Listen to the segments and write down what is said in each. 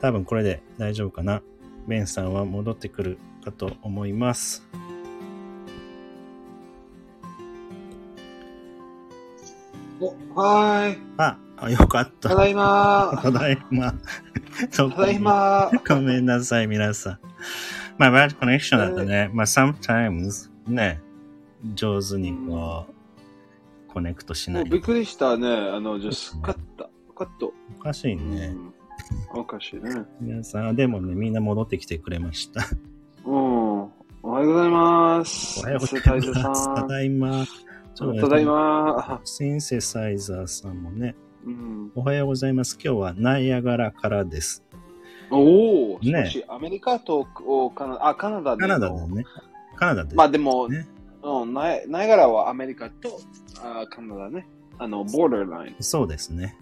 多分これで大丈夫かな。ベンさんは戻ってくるかと思います。お、はーい。あ、あよかったた。だいまたー。だいま。そうただいまー。ごめんなさい、皆さん。まあ、bad connection だとね、まあ、sometimes ね、上手にこう、コネクトしなもうい。びっくりしたね。あの、じゃあ、カット。カット。おかしいね。うん。おかしいね。皆さん、あでもね、みんな戻ってきてくれました。うん。おはようございます。おはようござい瀬ま田す。さたん。だいま。ただい。まシンセサイザーさんもね、ー。うん。おはようございます。今日はナイアガラからです。おお、ね少しアメリカとおカナあカナダでカナダだね。カナダで。まあでも、ねうん、ナイナイガラはアメリカとあカナダね。あの、ボーダーライン。そうですね。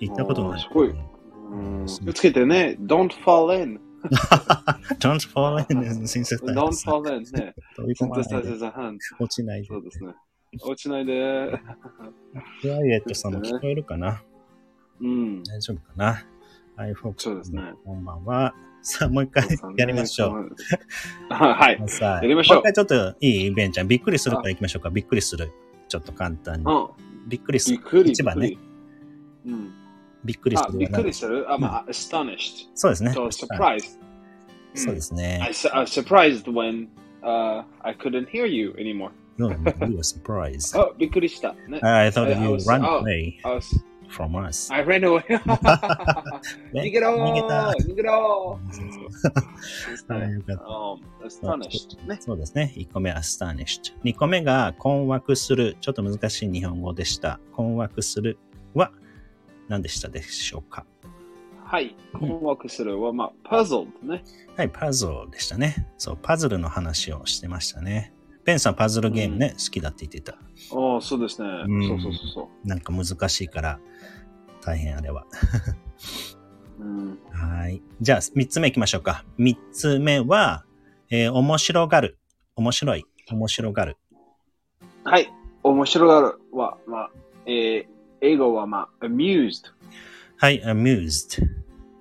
行ったことない。あーすごいうん、気をつけてね。Don't fall in. Don't fall in, シンセサイザ Don't ーさん。 fall in. ね。飛び込まないで Synthesizer hand 落ちないで。そうですね。落ちないで。クワイエットさんも聞こえるかなうん。大丈夫かな ?iFox そうですね。こんばんは。さあ、もう一回 やりましょう。う。はい。さあやりましょもう一う回ちょっといいベンちゃん。びっくりするから行きましょうか。びっくりする。ちょっと簡単にう。ん。びっくりすびっる。くり。一番びねっ。くり。うん。びっくりすあ、る。びっくりするあ、まあ、astonished. そうですね。 So はい surprised. そうですね I。su- I was surprised when uh, I couldn't hear you anymore. No, you were surprised. あ、びっくりした。ね、 I thought I- I you was- ran oh. away I, was, from us. I ran away. 逃げろ逃げた逃げろはいよかった um, astonished. ね。そうですね。1個目は astonished。2個目が困惑する。ちょっと難しい日本語でした。困惑するは何でしたでしょうかはい。困惑するは、まあ、puzzled ね。はい、パズルでしたね。そう、パズルの話をしてましたね。ペンさん、パズルゲームね、好きだって言ってた。ああ、そうですね。んそうそうそうそなんか難しいから、大変あれは。う。うん。はい。じゃあ、3つ目いきましょうか。3つ目は、えー面白がる。面白い。面白がる。はい。面白がるは、まあ、えー、英語は、まあ、amused。はい、amused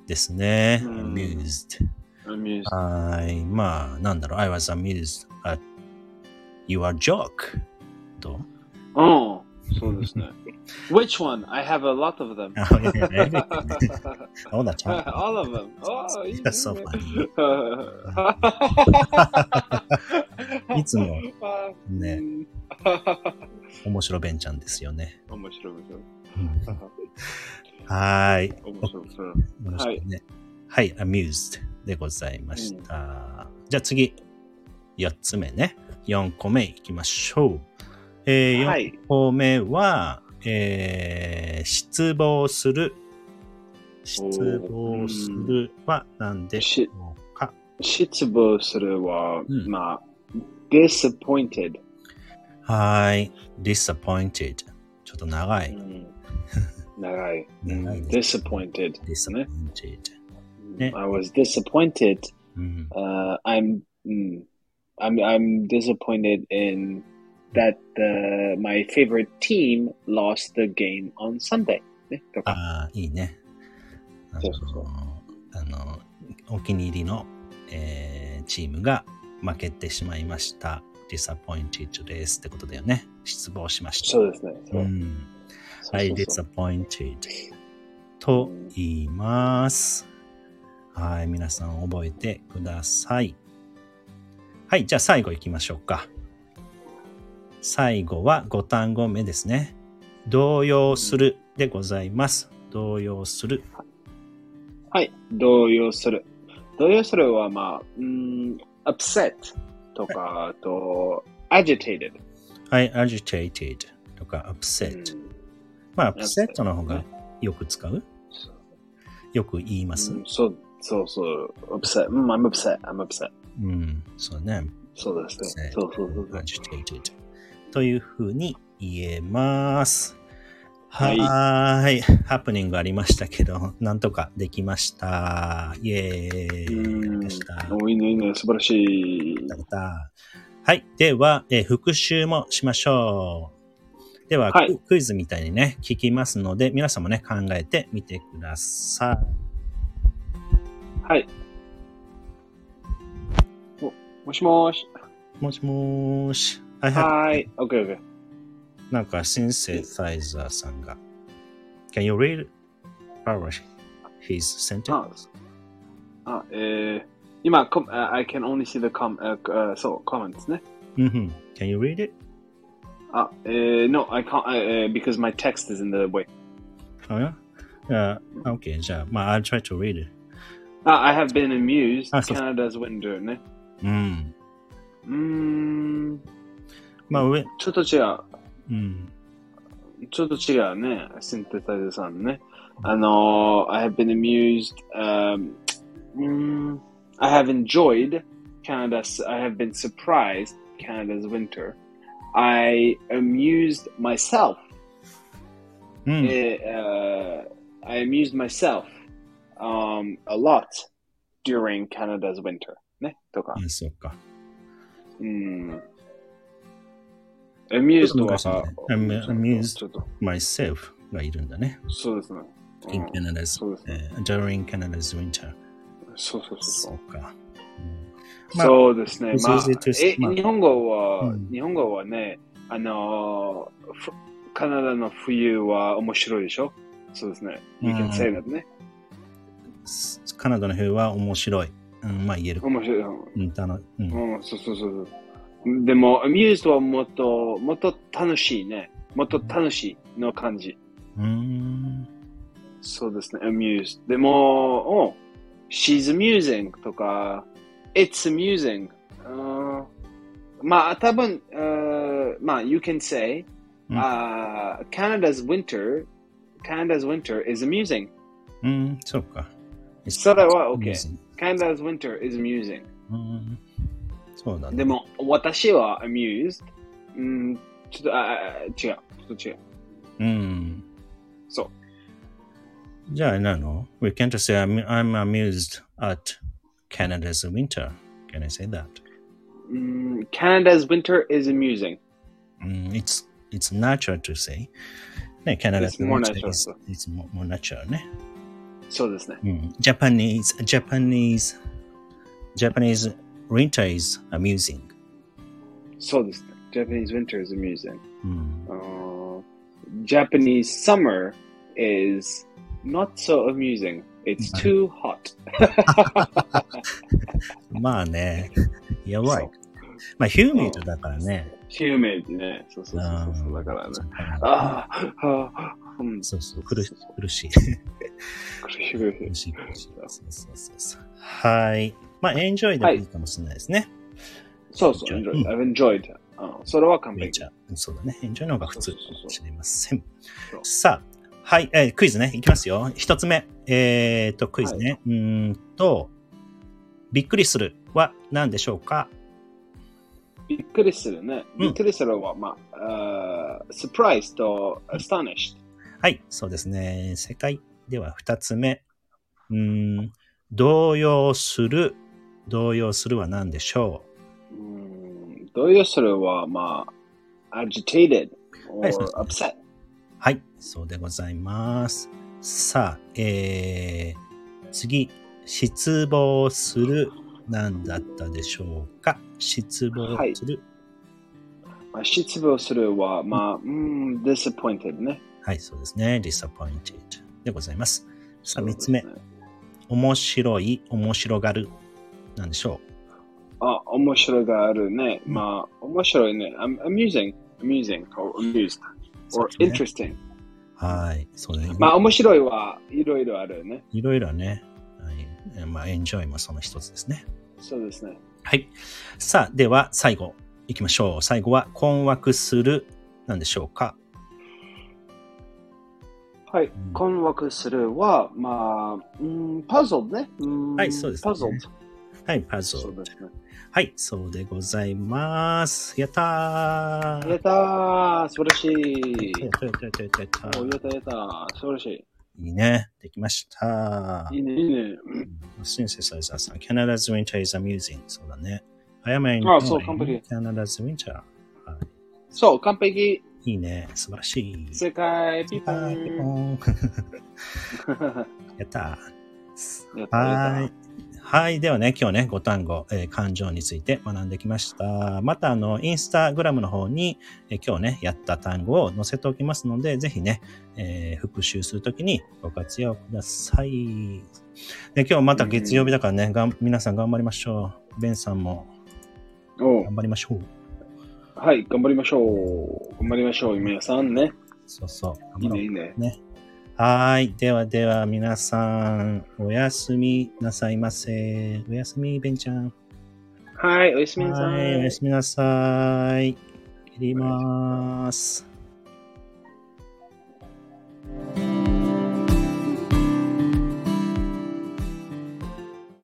ですね。うん amused。 amused。はい。まあ、なんだろう。I was amused at your joke. どううん。そうですね。Which one? I have a lot of them. あ、いやいや、everything. All the time. All of them. Oh, you That's so funny. いつもね、面白ベンちゃんですよね。面白い、 面はい。白い。面白い、面白い。面白いね。はい、amused でございました。じゃあ次、4つ目ね。4個目いきましょう。えー、は4い。個目は、えー、失望する。失望するは何でしょうか失望するは、んまあ、disappointed。はい。disappointed。ちょっと長うい。ん長い。長いです。Hmm. disappointed。 disappointed。ね I was disappointed. うん。 Uh, I'm, mm, I'm, I'm disappointed in that uh, my favorite team lost the game on Sunday. Eh, ね、とか。ああ、いいね。あのそうそうそうあのお気に入りの、えーチームが負けてしまいました。disappointed ですってことだよね。失望しました。そうですね。そうう。ん。そうそうそ Hmm. う I disappointed と言います。はい、皆さん覚えてください。はい、じゃあ最後行きましょうか。最後は5単語目ですね。動揺するでございます。動揺する。はい。動揺する。動揺するは、まあ、うん、upset hmm, とか、あと、agitated。はい、agitated とかう upset。んまあ、upset の方がよく使うそうよく言います。うんそう、そうそう、upset。うん、I'm upset, I'm upset. うん、そうね。そうですね。そうそうそうそう。 agitated というふうに言えます。ははーいいハプニングありましたけど、なんとかできました。イエーイ。やりました。やうん、いいね、いいね、素晴らしい。ったはい。では、えー復習もしましょう。では、はいククイズみたいにね、聞きますので、皆さんもね、考えてみてください。はい。お、もしもーし。もしもーし。I have はーい。オッケーオッケー。なんかシンセサイザーさんが。Can you read our his sentence? あ、えー、今、コメ I can only see the com、uh, そう、comments ね。うんふん Can you read it? あ、えー、no, I can't, uh, uh, because my text is in the way. Oh yeah? Uh, okay, じゃあ、まあ、I'll try to read it. Ah, I have been amused. あそう Canada's winter ね。うん。うーん、まあ、上、ちょっと違う。うん。ちょっと違うね、シンテサイザーさんね。あのー、I have been amused,、um, mm, I have enjoyed Canada's, I have been surprised Canada's winter. I amused myself,、うん。 eh, uh, I amused myself、um, a lot during Canada's winter. ね、とか。あそうか。うん。amused Hmm. は、ちょっと昔ね amused ちょっと、 myself がいるんだね。そうですね。う in ん Canada's, そうですね。えー during Canada's winter. そうそうそうそう。そうか。まあそうですね。 It's まあ easy to、say- え、まあ日本語は、うん日本語はね、あのー、ふカナダの冬は面白いでしょそうですね。You う can ん say that ね。すカナダの冬は面白い。うん、まあ言える。面白い。うん、たのうん、うん、そうそうそうそう。でも、amused はもっと、もっと楽しいね。もっと楽しいの感じ。うん。そうですね、amused。でも、お she's amusing とか、it's amusing。うんまあ、多分、うんまあ、you can say、うんあー Canada's winter, Canada's winter is amusing. うん、そうか。それは OK It's- Canada's winter is amusing. うん、そうだでね。も、私は amused。うん、ちょっと、あー違う。ちょっと違う。うん。そう。じゃあ、なの ?We can't say I'm, I'm amused at Canada's winter. Can I say that? うん Canada's winter is amusing. うん、it's, Mm, it's natural to say. ね、Canada's It's more winter is, natural. it's more, more natural ね。そうですね。うん Japanese, Japanese, Japanese winter is amusing. そうですね。Japanese winter is amusing. うん、 uh, Japanese summer is not so amusing. It's Right. too hot. まあね、や ばい So,。まあ、ヒューミットだからね。 humid ね。そうそうそう Ah. そう。だからね。あーあー、うん、そうそう、苦し苦しい。苦しい、苦しい。そうそうそうそう。はい。まあ、エンジョイでもいいかもしれないですね。そうそう、enjoyed. I've enjoyed. Uh, うんそれは完めっ璧。ちゃ、そうだね。エンジョイの方が普通かもしれませんそう。さあ、はい、えークイズね、いきますよ。一つ目、えー、っと、クイズね。うーんと、びっくりするは何でしょうかびっくりするね。びっくりするは、まあ、あー surprise と uh, astonished。はい、そうですね。世界では二つ目。うーん、動揺する。動揺するは何でしょうん動揺するは、まあ、agitated は or いそうです upset。うはい、そうでございます。さあ、えー、次、失望する。何だったでしょうか失望する。まあ失望するは、まあ、うん、disappointed hmm, ね。はい、そうですね。disappointed でございます。さあ、三つ目そ。うですね面白い、面白がる。何でしょうあ、面白があるね。うんまあ、面白いね。I'm amusing, amusing, or amused, そう or ですね interesting. はい、そうですね。まあ、面白いはいろいろあるね。いろいろね、はいえーまあ、エンジョイもその一つですね。そうですね。はい。さあ、では最後行きましょう。最後は困惑する、なんでしょうか。はいん。困惑するは、まあ、うん、パズルね。はいそうですねパズル。はい、パズそうル。ですね。はい、そうでございます。やったーやったー素晴らしい。やったやったやったやったやったおやったやった素晴らしいいね。できましたい。い。いね、いいね。シンセサイザーさん、Canada's winter is amusing. そうだね。I am あそう完 enjoying 璧 Canada's winter. はそう、完璧。いいいね。素晴らしい。世界、ピピーポポンピーン。ポンやったー。 やったやったはい。はい。ではね、今日ね、5単語、えー感情について学んできました。また、あの、インスタグラムの方に、えー今日ね、やった単語を載せておきますので、ぜひね、えー復習するときにご活用ください。で、今日また月曜日だからね、がん皆さん頑張りましょう。ベンさんもお頑張りましょう。はい、頑張りましょう。頑張りましょう、皆さんね。そうそう。いい頑張ろうね、いいね。はーい。ではでは皆さん、おやすみなさいませ。おやすみ、ベンちゃん。はい、おやすみなさはい。おやすみなさい。切ります。